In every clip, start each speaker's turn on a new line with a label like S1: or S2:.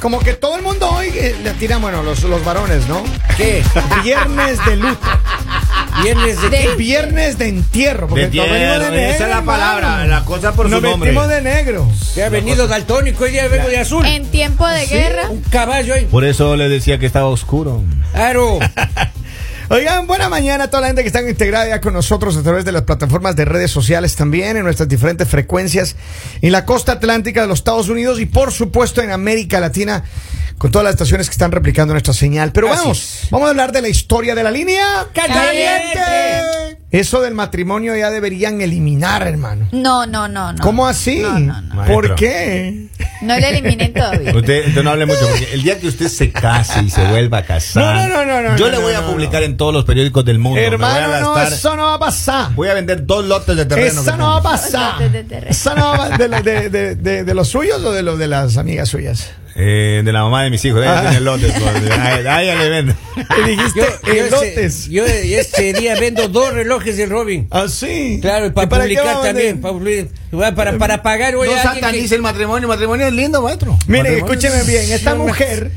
S1: Como que todo el mundo hoy eh, le tira, bueno, los, los varones, ¿no?
S2: ¿Qué?
S1: Viernes de luto.
S2: ¿Viernes de,
S1: De-
S2: qué?
S1: Viernes de entierro. Porque
S3: De
S1: nos venimos de
S3: tierra,
S1: negro,
S3: esa es la
S1: hermano.
S3: palabra, la cosa por
S1: Nos
S3: su nombre.
S1: vestimos de negro.
S2: Ya ha venido daltónico, hoy día vengo de azul.
S4: En tiempo de guerra.
S2: Un caballo ahí.
S3: Por eso le decía que estaba oscuro.
S2: Claro.
S1: Oigan, buena mañana a toda la gente que está integrada ya con nosotros a través de las plataformas de redes sociales también, en nuestras diferentes frecuencias, en la costa atlántica de los Estados Unidos y por supuesto en América Latina, con todas las estaciones que están replicando nuestra señal. Pero
S2: Así
S1: vamos, vamos a hablar de la historia de la línea
S2: ¡Caliente!
S1: Eso del matrimonio ya deberían eliminar, hermano.
S4: No, no, no, no.
S1: ¿Cómo así?
S4: No, no, no.
S1: ¿Por
S3: Maestro.
S1: qué?
S4: No le eliminen todavía.
S3: Usted, usted no hable mucho, porque el día que usted se case y se vuelva a casar,
S1: No, no, no, no, no,
S3: yo le
S1: no,
S3: voy
S1: no,
S3: a
S1: no.
S3: publicar en todos los periódicos del mundo. me voy
S1: hermano,
S3: a
S1: no,
S3: gastar-
S1: eso no va a pasar.
S3: Voy a vender dos lotes de terreno.
S1: Esa
S3: que
S1: no va a
S3: tengo.
S1: pasar.
S4: No, de- de- de-
S1: Esa no va a- de, de- de- de- de los suyos o de los de las amigas suyas.
S3: Eh, de la mamá de mis hijos, ella
S1: Ah.
S3: tiene lotes. pues, A ella a ella le vende.
S1: Y dijiste
S2: Yo, yo
S1: elotes. Ah,
S2: este, yo este día vendo dos relojes del Robin.
S1: Así.
S2: Claro, y para,
S1: qué
S2: publicar
S1: va a
S2: también.
S1: vender?
S2: Para, publicar- para, para pagar hoy
S3: No
S2: a alguien que-
S3: satanice el matrimonio. El matrimonio es lindo, maestro.
S1: Miren,
S3: Matrimonio-
S1: escúcheme bien. Esta
S2: Yo no-
S1: mujer,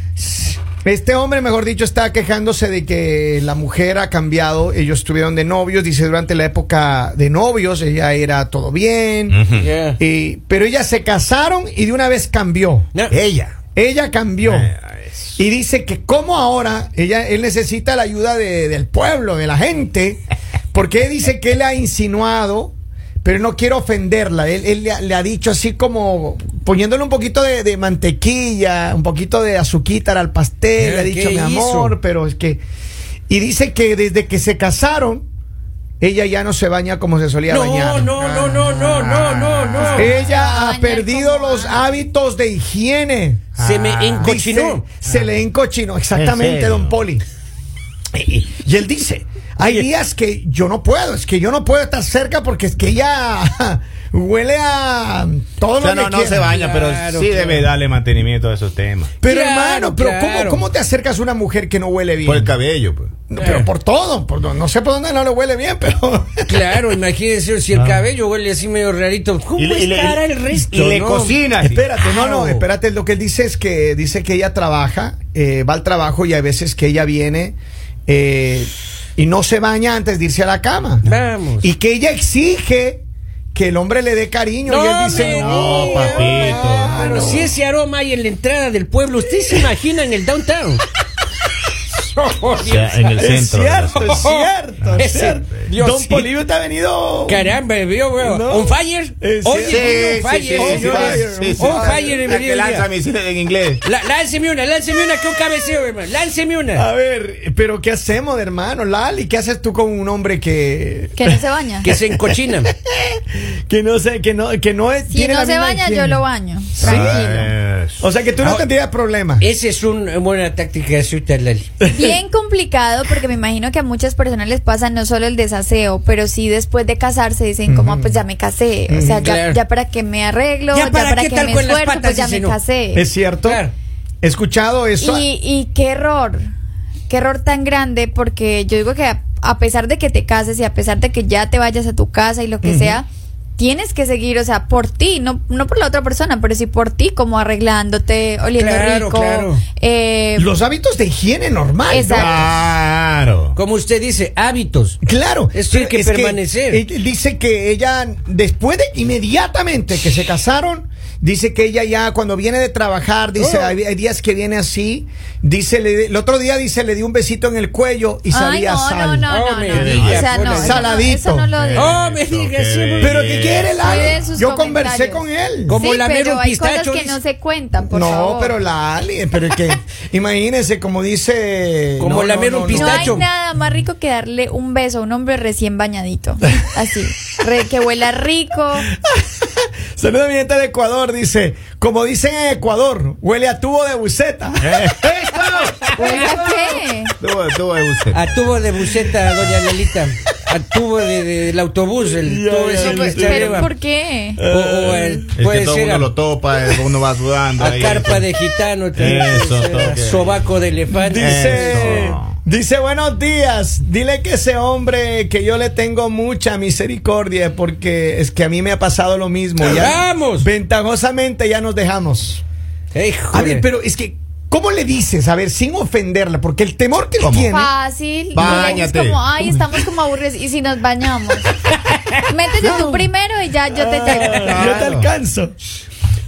S1: este hombre, mejor dicho, está quejándose de que la mujer ha cambiado. Ellos estuvieron de novios. Dice durante la época de novios, ella era todo bien.
S3: Ujú.
S2: Yeah.
S1: Y- pero ellas se casaron y de una vez cambió.
S2: No,
S3: Ella.
S1: Ella cambió.
S3: Eh, es-
S1: Y dice que como ahora ella, él necesita la ayuda de- del pueblo, de la gente, porque él dice que él ha insinuado, pero no quiere ofenderla. Él, él le, ha, le ha dicho así como poniéndole un poquito de, de mantequilla, un poquito de azuquita al pastel, le ha
S2: ¿Qué
S1: dicho mi
S2: hizo?
S1: amor, pero es que... Y dice que desde que se casaron, ella ya no se baña como se solía
S2: No,
S1: bañar.
S2: no, no, no, no, no, no,
S1: Ah,
S2: no.
S1: Ella ha
S4: Baña
S1: perdido
S4: como
S1: los
S4: antes.
S1: hábitos de higiene.
S2: Se me
S3: Ah.
S2: encochinó.
S1: ah, Dice, se le encochinó, exactamente,
S3: serio?
S1: don Poli. Y, y él dice, hay días que yo no puedo, es que yo no puedo estar cerca porque es que ella huele a todo
S3: O sea,
S1: lo que
S3: no, no
S1: quiera.
S3: se baña, pero
S2: Claro,
S3: sí
S2: claro.
S3: debe darle mantenimiento a esos temas.
S1: Pero
S2: Claro,
S1: hermano, pero ¿cómo-
S2: claro.
S1: ¿cómo, te acercas a una mujer que no huele bien?
S3: Por el cabello, pues.
S1: No, pero por todo, por do- no sé por dónde no le huele bien, pero...
S2: Claro, imagínense si el cabello huele así medio rarito. ¿Cómo
S3: Y le- y le-
S2: estará
S3: y-
S2: el resto?
S3: y le
S2: no?
S3: cocina.
S1: Espérate, no, no,
S2: Claro.
S1: espérate. Lo que él dice es que dice que ella trabaja, eh, va al trabajo y hay veces que ella viene eh, y no se baña antes de irse a la cama.
S2: Vamos.
S1: Y que ella exige que el hombre le dé cariño.
S2: No,
S1: y él dice,
S2: me
S1: no,
S3: No, papito.
S2: Pero
S3: Ah, no.
S2: si ese aroma hay en la entrada del pueblo, ¿usted se imagina en el downtown?
S3: O sea, en el
S1: es
S3: centro.
S1: cierto, es cierto, es
S2: Ese
S1: cierto.
S2: Dios
S1: Don
S2: sí.
S1: Polibio te ha venido...
S2: Caramba, vio, weón.
S1: No.
S2: On fire.
S1: Es
S2: Oye,
S3: Sí,
S2: on
S3: sí, sí,
S2: Oh, fire.
S3: sí, sí,
S2: señores.
S3: sí, sí,
S2: On fire,
S3: sí. La que
S2: bienvenido al
S3: lanza
S2: día.
S3: misiles en inglés.
S2: La- Lánceme una, lánceme una, que un cabeceo, hermano. Lánceme
S1: A
S3: Ah.
S2: una.
S1: ver, pero ¿qué hacemos, hermano? Lali, ¿qué haces tú con un hombre que
S4: Que no se baña.
S2: Que se encochina.
S1: que no sé, que no que no es
S4: si
S1: tiene la
S4: no se
S1: misma
S4: baña,
S1: higiene?
S4: yo lo baño. Tranquilo.
S3: Ah, es-
S1: O sea que tú no tendrías problema.
S2: Esa es una buena táctica suya, Lali.
S4: Bien complicado porque me imagino que a muchas personas les pasa no solo el desaseo, pero sí después de casarse dicen como pues ya me casé, o sea, ya,
S2: Claro.
S4: ya para que me arreglo,
S2: Ya
S4: ya
S2: para
S4: para,
S2: qué
S4: que
S2: tal
S4: me
S2: con las
S4: esfuerzo,
S2: patas,
S4: pues ya
S2: si
S4: me
S2: no.
S4: casé.
S1: ¿Es cierto?
S2: Claro.
S1: He escuchado eso.
S4: Y, y qué error, qué error tan grande, porque yo digo que a, a pesar de que te cases y a pesar de que ya te vayas a tu casa y lo que sea, tienes que seguir, o sea, por ti, no, no por la otra persona, pero sí por ti, como arreglándote, oliendo
S2: Claro,
S4: rico.
S2: claro.
S4: eh,
S1: Los hábitos de higiene normal. ¿no?
S4: Exacto.
S3: Claro.
S2: Como usted dice, hábitos.
S1: Claro.
S2: Es que hay que
S1: Pero
S2: permanecer.
S1: eh, dice que ella, después de inmediatamente que se casaron, dice que ella ya cuando viene de trabajar, dice,
S2: Oh.
S1: hay, hay días que viene así, dice, le- el otro día dice, le di un besito en el cuello y
S4: Ay,
S1: sabía
S4: no, no,
S1: sal.
S4: no, no,
S2: Hombre,
S4: no,
S3: qué
S4: no, O sea,
S2: belleza.
S4: no. eso no-
S1: Saladito.
S4: Eso no lo
S3: Eh.
S4: digo.
S2: Oh, me diga,
S3: qué
S2: sí,
S3: bello.
S1: Pero ¿qué quiere
S4: Soy de
S1: Lali?
S4: sus
S1: Yo conversé
S4: comentarios.
S1: con él.
S2: Como
S4: sí,
S2: lamer
S4: pero
S2: un
S4: hay
S2: pistacho,
S4: cosas que
S2: dice.
S4: no se cuentan, por
S1: no,
S4: favor.
S1: pero Lali, pero es que, imagínense, como dice...
S2: Como
S1: no,
S2: lamer
S1: no,
S2: un
S1: no, no.
S4: No hay
S2: pistacho.
S4: nada más rico que darle un beso a un hombre recién bañadito. Así. re- que huela rico.
S1: Saludos a mi gente de Ecuador, dice, como dicen en Ecuador, huele a tubo de buceta.
S4: ¿Huele a qué?
S3: Tú, tú, eh, usted.
S2: A tubo de buceta, doña Lelita. A tubo de, de- del autobús, el
S3: Ya,
S2: tubo
S3: ya,
S2: ese
S3: ya,
S2: que
S3: ya.
S2: está
S4: ¿Pero
S2: arriba.
S4: por qué?
S2: O, o el-
S3: Eh, Es que
S2: puede
S3: todo
S2: ser
S3: uno
S2: a,
S3: lo topa, eh, uno va sudando.
S2: a
S3: ahí.
S2: carpa de gitano, también,
S3: Eso,
S2: puede ser a
S3: toque.
S2: sobaco de elefante.
S1: Dice,
S3: Eso.
S1: dice, buenos días, dile que ese hombre que yo le tengo mucha misericordia porque es que a mí me ha pasado lo mismo. Ya,
S2: ¡Vamos!
S1: Ventajosamente ya nos dejamos.
S2: Ey,
S1: A
S2: joder.
S1: ver, pero es que, ¿cómo le dices? A ver, sin ofenderla, porque el temor que le
S3: ¿Cómo?
S1: tiene.
S4: Fácil.
S3: Báñate.
S4: Y es como, ay, estamos como aburridos. ¿Y si nos bañamos? Métete tú primero y ya
S1: Ah,
S4: yo te llevo.
S1: Yo te alcanzo.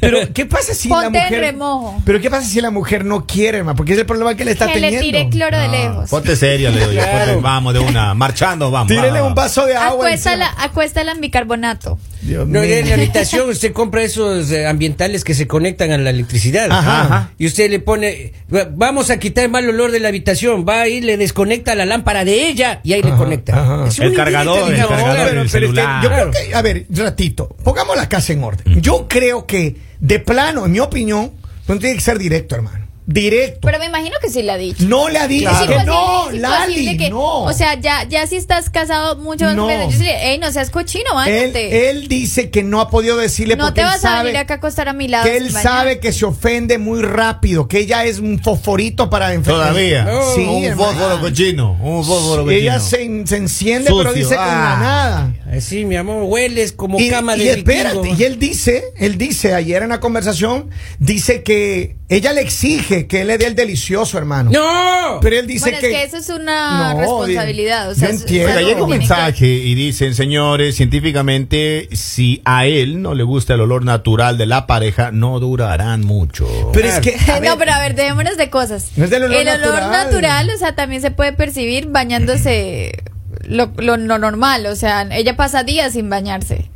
S1: Pero, ¿qué pasa si la
S4: Ponte en
S1: mujer.
S4: remojo.
S1: Pero, ¿qué pasa si la mujer no quiere, hermano? Porque es el problema que le está
S4: Que le
S1: teniendo. Ah,
S4: tire cloro de lejos.
S3: Ponte seria, le doy.
S2: Claro.
S3: ponte- vamos de una. Marchando, vamos.
S1: Tírele
S3: va, va,
S1: un
S3: va.
S1: vaso de agua.
S4: Acuéstala,
S1: encima.
S4: acuéstala en bicarbonato.
S1: Dios
S2: No,
S1: mío.
S2: en la habitación usted compra esos eh, ambientales que se conectan a la electricidad. Ah.
S1: Ajá, ajá.
S2: Y usted le pone, "Va- vamos a quitar el mal olor de la habitación. Va y le desconecta la lámpara de ella y ahí le conecta.
S1: ajá.
S2: Es una
S3: El cargador,
S2: indirecta,
S3: el
S2: digamos.
S1: No,
S3: cargador.
S1: pero,
S3: del
S1: pero es que
S3: celular.
S1: yo creo que, a ver, ratito, pongamos la casa en
S3: Mm.
S1: orden. Yo creo que, de plano, en mi opinión, no tiene que ser directo, hermano. Directo.
S4: Pero me imagino que sí la ha dicho.
S1: no le ha dicho
S4: Es
S1: que
S4: imposible,
S1: no,
S4: es imposible
S1: Lali,
S4: que-
S1: no.
S4: O sea, ya, ya si estás casado muchas
S1: No.
S4: veces, yo diría, ey, no seas cochino,
S1: él,
S4: bañate.
S1: él dice que no ha podido decirle
S4: no
S1: porque
S4: te
S1: él
S4: vas a
S1: sabe
S4: venir acá a acostar a mi lado.
S1: que
S4: sin
S1: él
S4: bañar.
S1: sabe que se ofende muy rápido, que ella es un fosforito para enfermedad.
S3: Todavía. Oh,
S1: Sí,
S3: un
S1: hermano.
S3: fósforo cochino. Un fósforo cochino.
S1: Ella se, en- se enciende, pero
S3: Sucio.
S1: dice con la
S3: Ah.
S1: nada.
S2: Ay, sí, mi amor, hueles como
S1: Y,
S2: cama de
S1: y espérate,
S2: vikingo.
S1: y él dice, él dice ayer en la conversación, dice que ella le exige que él le dé el delicioso, hermano.
S2: ¡No!
S1: Pero él dice
S4: bueno,
S1: que,
S4: es que eso es una
S1: No,
S4: responsabilidad. O sea,
S1: yo
S4: es-
S1: entiendo.
S4: es
S3: Oiga,
S4: algo
S3: llega un
S4: que tiene que-
S3: mensaje y dicen, señores, científicamente, si a él no le gusta el olor natural de la pareja, no durarán mucho.
S1: pero es que a ver,
S4: Eh, no, pero a ver, dejémonos de cosas.
S1: No es del olor
S4: el olor
S1: natural.
S4: natural, o sea, también se puede percibir bañándose lo, lo, lo normal. O sea, ella pasa días sin bañarse.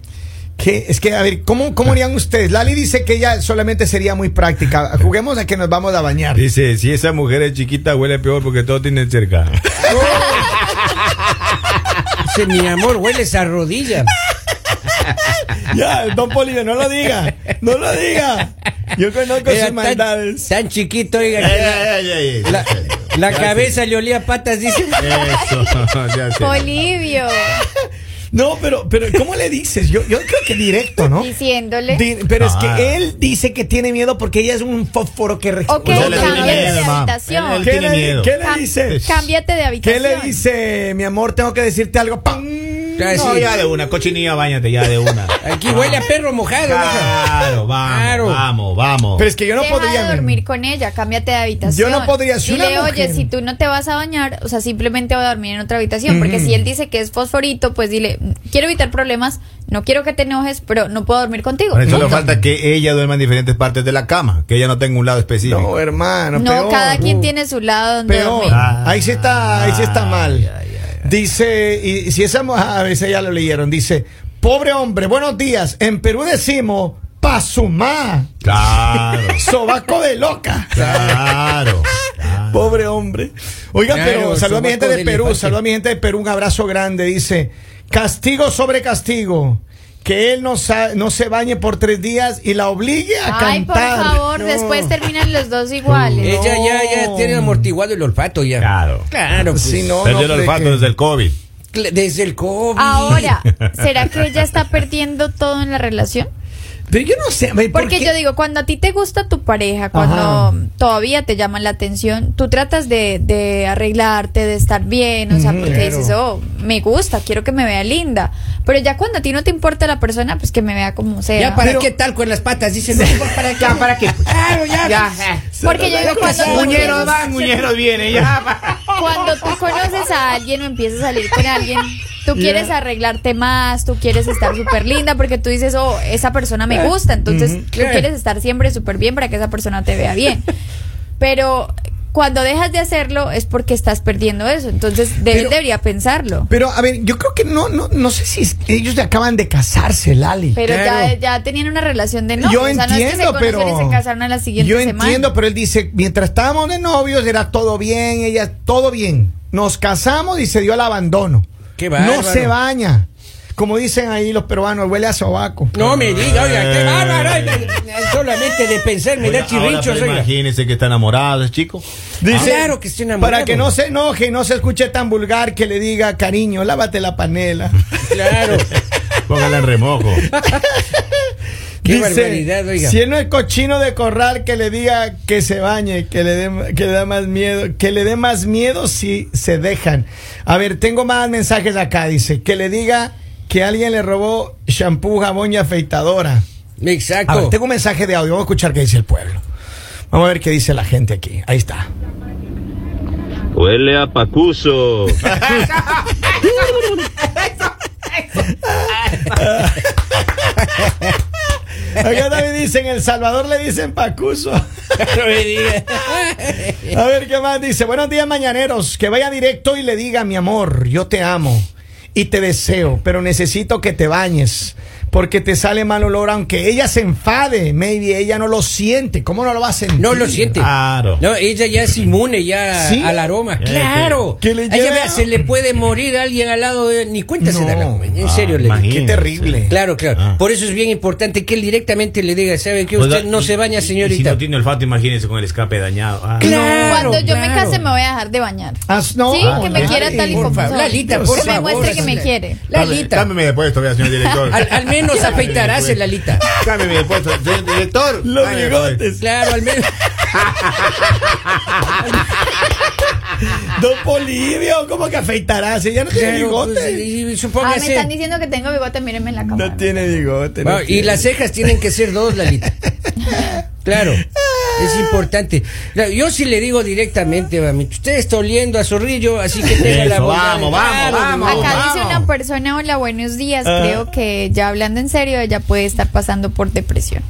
S1: que- es que a ver, ¿cómo, cómo harían ustedes? Lali dice que ella solamente sería muy práctica. Juguemos a que nos vamos a bañar.
S3: Dice, si esa mujer es chiquita, huele peor porque todo tiene cerca.
S2: Dice, pues, mi amor, hueles a rodilla.
S1: ya, don Polillo, no lo diga, no lo diga. Yo conozco
S2: Era tan, tan chiquito, oiga,
S1: Eh.
S2: que la, la- la cabeza le olía a patas, dice.
S3: Eso, ya sé.
S4: Olivio,
S1: No, pero, pero ¿cómo le dices? Yo, yo creo que directo, ¿no?
S4: diciéndole.
S1: Di- pero es
S3: Ah.
S1: que él dice que tiene miedo porque ella es un fósforo que re-
S4: Ok,
S3: Pues él le tiene
S4: cámbiate
S3: miedo,
S4: de
S3: ma.
S4: habitación.
S3: Él
S1: ¿Qué,
S3: tiene
S1: le,
S3: miedo.
S1: ¿Qué le
S4: Cam-
S1: dice?
S4: Cámbiate de
S1: ¿Qué
S4: habitación.
S1: le dice, mi amor? Tengo que decirte algo. ¡Pam!
S2: Claro,
S3: No,
S2: sí.
S3: ya de una, cochinilla, bañate ya de una.
S2: Aquí huele a perro mojado.
S1: Ah.
S2: oiga.
S3: Claro, vamos,
S2: Claro.
S3: vamos, vamos.
S1: Pero es que yo no
S4: Deja
S1: podría.
S4: de dormir con ella, cámbiate de habitación.
S1: Yo no podría, si
S4: Dile,
S1: una mujer-
S4: oye, si tú no te vas a bañar, o sea, simplemente voy a dormir en otra habitación. Porque
S1: Ujú.
S4: si él dice que es fosforito, pues dile, quiero evitar problemas, no quiero que te enojes, pero no puedo dormir contigo.
S3: Bueno, solo falta que ella duerma en diferentes partes de la cama, que ella no tenga un lado específico.
S1: No, hermano.
S4: no,
S1: peor.
S4: cada quien tiene su lado donde
S1: Peor.
S4: dormir.
S3: Ah.
S1: Ahí sí está, ahí sí está mal. Dice, y si esa mujer, a veces ya lo leyeron, dice, pobre hombre, buenos días. En Perú decimos, pasumá,
S3: Claro,
S1: sobaco de loca.
S3: claro. claro.
S1: Pobre hombre. Oiga,
S2: Claro,
S1: pero saludo a mi
S2: sobaco
S1: gente de
S2: de
S1: Perú,
S2: elefante.
S1: saludo a mi gente de Perú, un abrazo grande. Dice, castigo sobre castigo. Que él no, sa- no se bañe por tres días y la obligue a
S4: Ay, por
S1: cantar.
S4: favor,
S1: No.
S4: después terminan los dos iguales.
S2: Ella ya, ya tiene amortiguado el olfato ya.
S3: Claro.
S2: Claro. pues.
S1: Sí, no,
S3: Perdió
S1: no,
S3: el
S1: hombre,
S3: olfato
S1: que-
S3: desde el COVID.
S2: Cla- Desde el COVID.
S4: Ahora, ¿será que ella está perdiendo todo en la relación?
S1: Pero yo no sé. a ver, ¿por
S4: Porque
S1: qué?
S4: yo digo, cuando a ti te gusta tu pareja, cuando
S1: Ajá.
S4: todavía te llaman la atención, tú tratas de, de arreglarte, de estar bien, o sea,
S1: Ujú,
S4: porque
S1: claro.
S4: dices, oh, me gusta, quiero que me vea linda. Pero ya cuando a ti no te importa la persona, pues que me vea como sea.
S2: Ya para
S1: Pero-
S2: qué tal con las patas, dicen. no, ¿Para qué? ¿para qué? Claro, ya.
S4: porque yo digo, cuando tú,
S3: Muñeros van, muñeros vienen, ya.
S4: cuando tú conoces a alguien o empiezas a salir con alguien, tú quieres arreglarte más, tú quieres estar súper linda, porque tú dices, oh, esa persona me gusta, entonces
S1: Mm-hmm.
S4: tú
S2: claro.
S4: quieres estar siempre súper bien para que esa persona te vea bien. Pero cuando dejas de hacerlo es porque estás perdiendo eso, entonces de-
S1: Pero-
S4: debería pensarlo.
S1: Pero, a ver, yo creo que no, no, no sé si es- ellos acaban de casarse, Lali.
S4: Pero
S2: Claro.
S4: ya, ya tenían una relación de no,
S1: yo
S4: o sea, no
S1: entiendo,
S4: es que se conocieron
S1: pero.
S4: y se casaron a la siguiente
S1: yo
S4: semana.
S1: entiendo, pero él dice: mientras estábamos de novios, era todo bien, ella, todo bien. Nos casamos y se dio al abandono.
S2: Qué
S1: no
S2: bárbaro.
S1: se baña. Como dicen ahí los peruanos, huele a sobaco.
S2: No me diga, oiga, qué bárbaro. oiga. Solamente de pensar me da
S3: Oiga, ahora,
S2: chirrinchos,
S3: pero
S2: oiga.
S3: Imagínense que está enamorado, chico.
S1: Dice,
S2: Claro que estoy enamorado.
S1: Para que no se enoje, no se escuche tan vulgar que le diga, cariño, lávate la panela.
S2: Claro.
S3: Póngala en remojo.
S2: Qué
S1: Dice,
S2: barbaridad, oiga.
S1: Si él no es cochino de corral, que le diga que se bañe, que le dé que le da más miedo, que le dé más miedo si se dejan. A ver, tengo más mensajes acá, dice, que le diga que alguien le robó shampoo, jabón y afeitadora. A
S2: Exacto.
S1: ver, tengo un mensaje de audio, vamos a escuchar qué dice el pueblo. Vamos a ver qué dice la gente aquí. Ahí está.
S5: Huele a Pacuso.
S1: Acá también dicen, El Salvador le dicen Pacuso. A
S2: No me digas.
S1: ver qué más dice. Buenos días, mañaneros. Que vaya directo y le diga, mi amor, yo te amo y te deseo, pero necesito que te bañes. Porque te sale mal olor, aunque ella se enfade, maybe ella no lo siente. ¿Cómo no lo va a sentir?
S2: No lo siente.
S3: Claro.
S2: No, ella ya es inmune ya
S1: ¿Sí?
S2: al aroma.
S3: Ya,
S2: claro.
S1: que- que le
S2: Ella
S1: lleve
S2: vea,
S1: a-
S2: se le puede morir a alguien al lado de ni cuenta se
S1: No.
S2: da la joven. En
S3: Ah,
S2: serio le digo.
S3: imagínate.
S1: Qué terrible.
S2: Claro, claro.
S3: Ah.
S2: Por eso es bien importante que él directamente le diga, ¿sabe que
S3: Oiga,
S2: Usted no
S3: y-
S2: se baña,
S3: y- y
S2: señorita.
S3: si no tiene olfato, imagínense con el escape dañado. Ah.
S2: Claro,
S4: Cuando yo me
S2: claro.
S4: case me voy a dejar de bañar.
S1: Ah, no.
S4: sí, que me
S1: Ay,
S4: quiera tal y
S1: por
S4: como
S1: favor.
S4: soy.
S2: Lalita, por
S4: que me
S2: favor,
S4: muestre que me
S2: Lalita.
S4: quiere.
S2: Lalita.
S3: Cámbiame de puesto, vea, señor director.
S2: Al, al menos afeitarás el Lalita.
S3: Cámbiame de puesto, señor director.
S1: Los
S3: Cámbiame de
S1: bigotes.
S2: Claro, al menos.
S1: Don Polivio, ¿cómo que afeitará? Si ya no tiene
S2: Claro, pues,
S1: bigote.
S2: y- y
S4: Ah, me
S2: supóngase.
S4: están diciendo que tengo bigote, mírenme en la cámara.
S1: No tiene bigote. no
S2: Bueno, y
S1: tiene.
S2: las cejas tienen que ser dos, Lalita. Claro,
S3: Ah.
S2: es importante. Claro, Yo sí le digo directamente, mami, usted está oliendo a zorrillo, así que tenga la
S3: Eso,
S2: bondad de-
S3: vamos, vamos,
S2: Claro,
S3: vamos.
S2: digo,
S4: Acá
S3: vamos.
S4: dice una persona, hola, buenos días.
S2: Ah.
S4: Creo que ya hablando en serio, ella puede estar pasando por depresión.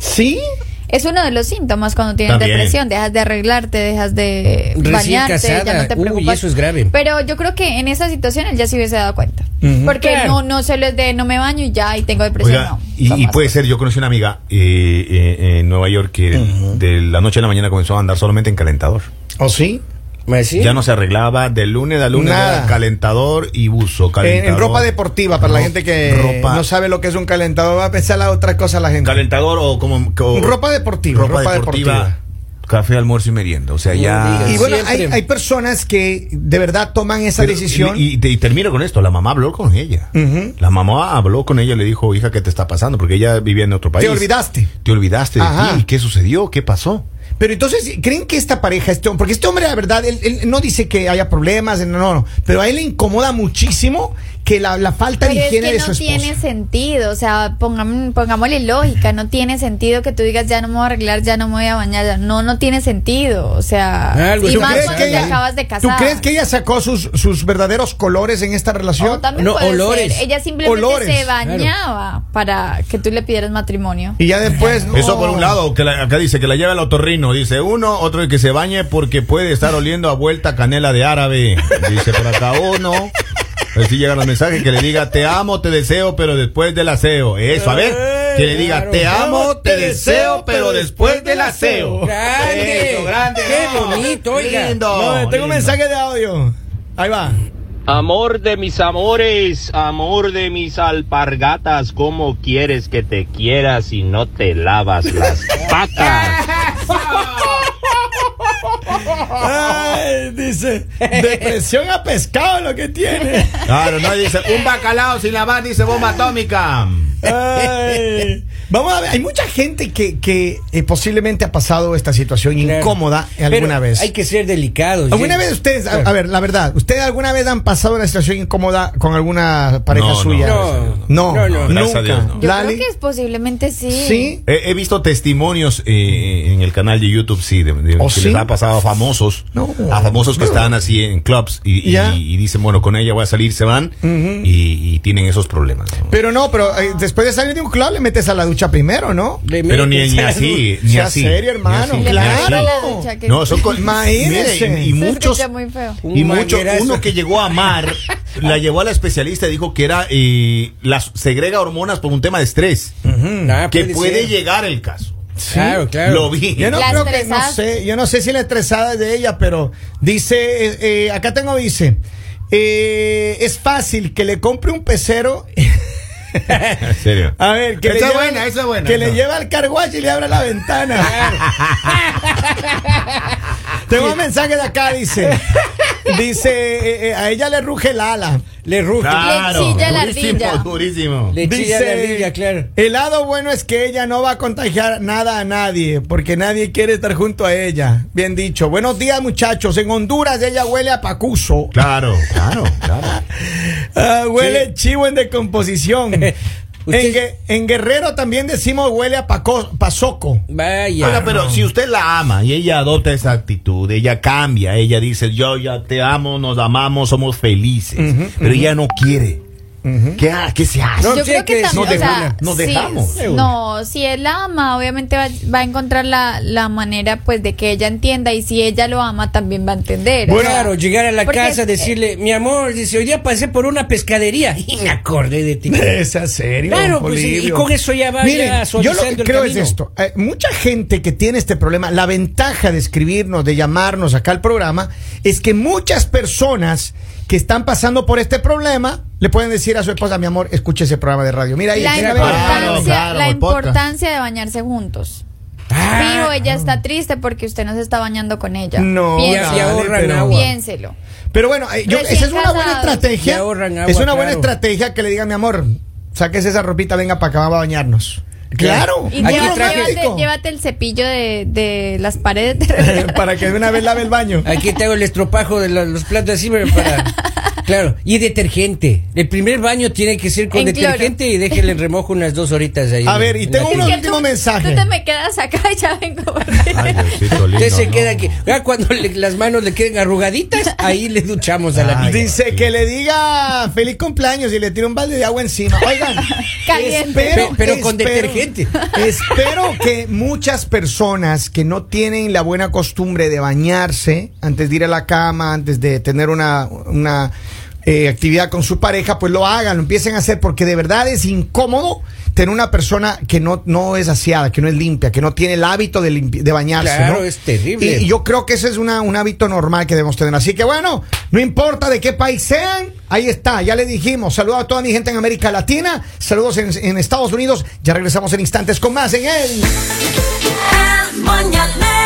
S1: ¿Sí?
S4: Es uno de los síntomas cuando tienes
S3: También.
S4: depresión, dejas de arreglarte, dejas de
S2: Recién
S4: bañarte, ya
S2: casada.
S4: no te
S2: Uy,
S4: preocupas.
S2: eso es grave.
S4: Pero yo creo que en esa situación él ya se hubiese dado cuenta. Porque
S2: Claro.
S4: no, no solo es de no me baño y ya y tengo depresión,
S3: Oiga,
S4: no.
S3: y,
S4: Son
S3: y
S4: más
S3: puede ser, yo conocí una amiga eh, eh, en Nueva York que de la noche a la mañana comenzó a andar solamente en calentador.
S1: ¿O sí?
S2: ¿me ¿Ah, sí?
S3: Ya no se arreglaba de lunes a lunes,
S1: Nada.
S3: era calentador y buzo.
S1: En,
S3: Calentador.
S1: en ropa deportiva, para la gente que
S3: Ropa-
S1: no sabe lo que es un calentador, va a pensar la otra cosa la gente.
S3: Calentador o como. o-
S1: Ropa deportiva,
S3: Ropa,
S1: ropa
S3: deportiva,
S1: deportiva.
S3: Café, almuerzo y merienda. O sea,
S2: No
S3: ya.
S2: digas.
S1: Y bueno, hay,
S2: Siempre.
S1: hay personas que de verdad toman esa
S3: Pero-
S1: decisión.
S3: Y, y te- y termino con esto. La mamá habló con ella.
S1: Ujú.
S3: La mamá habló con ella y le dijo, hija, ¿qué te está pasando? Porque ella vivía en otro país.
S1: te olvidaste.
S3: Te olvidaste de
S1: Ajá.
S3: ti. ¿Qué sucedió? ¿Qué pasó?
S1: Pero entonces, ¿creen que esta pareja, este hombre, porque este hombre, la verdad, él, él no dice que haya problemas, no, no, no, pero a él le incomoda muchísimo que la, la falta
S4: Pero
S1: de
S4: es
S1: higiene
S4: que
S1: de
S4: no
S1: su esposa.
S4: tiene sentido, o sea, pongam- pongámosle lógica, no tiene sentido que tú digas ya no me voy a arreglar, ya no me voy a bañar, ya- no, no tiene sentido, o sea,
S2: Algo
S3: Pues,
S4: y
S2: ¿Tú
S4: más
S2: crees
S4: cuando
S2: que
S4: te
S2: ella-
S4: acabas de
S1: ¿Tú
S4: casar.
S1: crees que ella sacó sus, sus verdaderos colores en esta
S4: O
S1: relación?
S4: también
S2: No,
S4: puede ser,
S2: olores.
S4: Ella simplemente
S1: Olores,
S4: se
S1: claro.
S4: bañaba para que tú le pidieras matrimonio.
S1: Y ya después. no.
S3: Eso por un lado, que la- acá dice que la lleve al otorrino, dice uno, otro que se bañe porque puede estar oliendo a vuelta canela de árabe, dice por acá uno. Así llegan los mensajes que le diga te amo, te deseo, pero después del aseo. Eso, a ver, que le diga te amo, te deseo, pero después del aseo.
S2: Grande.
S3: Eso, grande.
S2: Qué
S3: no.
S2: bonito, oiga.
S3: Lindo,
S1: No, tengo
S3: lindo.
S1: un mensaje de audio. Ahí va.
S5: Amor de mis amores, amor de mis alpargatas, ¿cómo quieres que te quiera si no te lavas las patas?
S1: Ay, dice, depresión a pescado lo que tiene.
S3: Claro, no dice un bacalao sin lavar, dice bomba atómica.
S1: Ay. Vamos a ver, hay mucha gente que, que eh, posiblemente ha pasado esta situación
S2: Claro.
S1: incómoda
S2: Pero
S1: alguna vez.
S2: Hay que ser delicados.
S1: ¿Alguna
S2: ¿sí?
S1: vez ustedes, a,
S2: Claro.
S1: a ver, la verdad, ¿ustedes alguna vez han pasado una situación incómoda con alguna pareja
S3: No, no,
S1: suya?
S3: gracias a
S2: Dios,
S1: no,
S2: no. No, no.
S1: nunca.
S3: Gracias a Dios, no.
S4: Yo
S1: Lali,
S4: creo que es posiblemente sí.
S1: sí.
S3: He, he visto testimonios eh, en el canal de YouTube, sí, de, de-
S1: ¿Oh,
S3: que
S1: sí?
S3: les ha pasado a famosos,
S1: No.
S3: a famosos que están así en clubs y, y-
S1: Ya.
S3: y dicen, bueno, con ella voy a salir, se van y, y tienen esos problemas. ¿no?
S1: Pero no, pero eh, después de salir de un club le metes a la ducha primero, ¿no?
S2: Le
S3: Pero ni,
S2: metes
S3: ni
S2: a la
S3: así,
S2: ducha.
S3: ni
S1: Sea
S3: así.
S1: serio, hermano,
S3: ni así, ni
S4: Le
S1: claro.
S4: meten a
S3: así.
S4: la ducha, que-
S3: No, son con-
S1: Imagínese.
S3: Mire, y- y
S4: Se escucha
S3: muchos
S4: muy feo.
S3: y
S2: Un
S3: mucho,
S2: manguerazo.
S3: uno que llegó a amar, la llevó a la especialista y dijo que era eh, las segrega hormonas por un tema de estrés,
S2: Ah,
S3: que puede
S2: ser.
S3: llegar el caso.
S2: Claro, claro.
S3: Lo vi.
S1: Yo no
S4: La
S1: creo que,
S4: estresada.
S1: no sé, yo no sé si la estresada es de ella, pero dice, eh, eh, acá tengo, dice, eh, es fácil que le compre un pecero,
S3: En serio.
S1: a ver, que, le,
S3: Esa es
S1: lleva-
S3: buena, esa es buena.
S1: que le
S3: No.
S1: lleva al carguaje y le abra la ventana. tengo un mensaje de acá, dice, dice, eh, eh, a ella le ruge el ala.
S2: Le ruge.
S4: Le chilla la ardilla.
S3: durísimo, durísimo.
S2: Le chilla la ardilla, claro.
S1: el lado bueno es que ella no va a contagiar nada a nadie, porque nadie quiere estar junto a ella. Bien dicho. Buenos días, muchachos. En Honduras ella huele a pacuso.
S3: Claro, claro, claro.
S1: Ah, huele chivo en decomposición. En,
S2: Usted-
S1: Gue- en Guerrero también decimos huele a paco- pasoco.
S2: Vaya.
S3: Oiga, pero si usted la ama y ella adopta esa actitud, ella cambia, ella dice, yo ya te amo, nos amamos, somos felices, pero ella no quiere. ¿Qué, ha- qué se hace?
S2: No
S4: Yo
S2: sé
S4: creo
S2: qué
S4: que
S2: decir,
S4: también, o sea,
S3: nos
S4: sí,
S3: dejamos.
S4: no, si él la ama, obviamente va, va a encontrar la, la manera pues de que ella entienda y si ella lo ama también va a entender. o
S2: Bueno,
S4: sea,
S2: claro, llegar a la
S4: porque-
S2: casa, decirle, mi amor, dice, hoy día pasé por una pescadería y me acordé de ti.
S1: Es en serio.
S2: Claro, pues, y- y
S1: Polibio.
S2: con eso ya va
S1: Miren,
S2: ya
S1: Yo lo
S2: suavizando
S1: que
S2: el
S1: creo
S2: camino.
S1: es esto. eh, mucha gente que tiene este problema, la ventaja de escribirnos, de llamarnos acá al programa, es que muchas personas que están pasando por este problema le pueden decir a su esposa, mi amor, escuche ese programa de radio. Mira ahí,
S4: eh, la
S1: mira,
S2: claro,
S4: importancia,
S3: claro,
S4: la
S3: el podcast.
S4: importancia de bañarse juntos.
S2: Ah,
S4: Pero ella está triste porque usted no se está bañando con ella.
S1: No,
S2: Y
S4: Piénselo.
S2: así
S1: dale,
S2: ahorran
S1: pero-
S2: agua.
S4: Piénselo.
S1: Pero bueno, eh, yo-
S4: Recién
S1: esa es una buena
S4: casados.
S1: estrategia.
S2: Le ahorran agua,
S1: es una buena
S2: claro.
S1: estrategia que le diga, mi amor, saques esa ropita, venga para acá, vamos a bañarnos. Claro.
S4: Y
S2: Aquí
S4: lleva-
S2: traje-
S4: llévate, llévate el cepillo de, de las paredes. de regalo.
S1: para que de una vez lave el baño.
S2: Aquí te hago el estropajo de los, los platos así, pero para. Claro, y detergente. El primer baño tiene que ser con
S4: En cloro.
S2: detergente y déjele en remojo unas dos horitas ahí.
S1: A ver, y
S2: En
S1: tengo
S2: la-
S1: unos
S4: Es que
S1: últimos
S4: tú-
S1: mensajes.
S4: Tú te me quedas acá y ya vengo. por ti.
S3: Ay, Diosito lindo,
S2: Usted se
S3: no.
S2: queda aquí. Ya cuando le- las manos le queden arrugaditas, ahí le duchamos a la
S3: Ay,
S2: niña.
S1: Dice que le diga feliz cumpleaños y le tira un balde de agua encima. Oigan,
S4: Caliente.
S2: Pe- pero con detergente.
S1: Espero que muchas personas que no tienen la buena costumbre de bañarse antes de ir a la cama, antes de tener una, una eh, actividad con su pareja, pues lo hagan, lo empiecen a hacer, porque de verdad es incómodo tener una persona que no, no es aseada, que no es limpia, que no tiene el hábito de, limpi- de bañarse.
S2: Claro,
S1: ¿no?
S2: es terrible.
S1: Y- y yo yo creo que ese es una- un hábito normal que debemos tener. Así que bueno, no importa de qué país sean, ahí está, ya le dijimos. Saludos a toda mi gente en América Latina, saludos en, en Estados Unidos. Ya regresamos en instantes con más en el.
S6: El mañanero.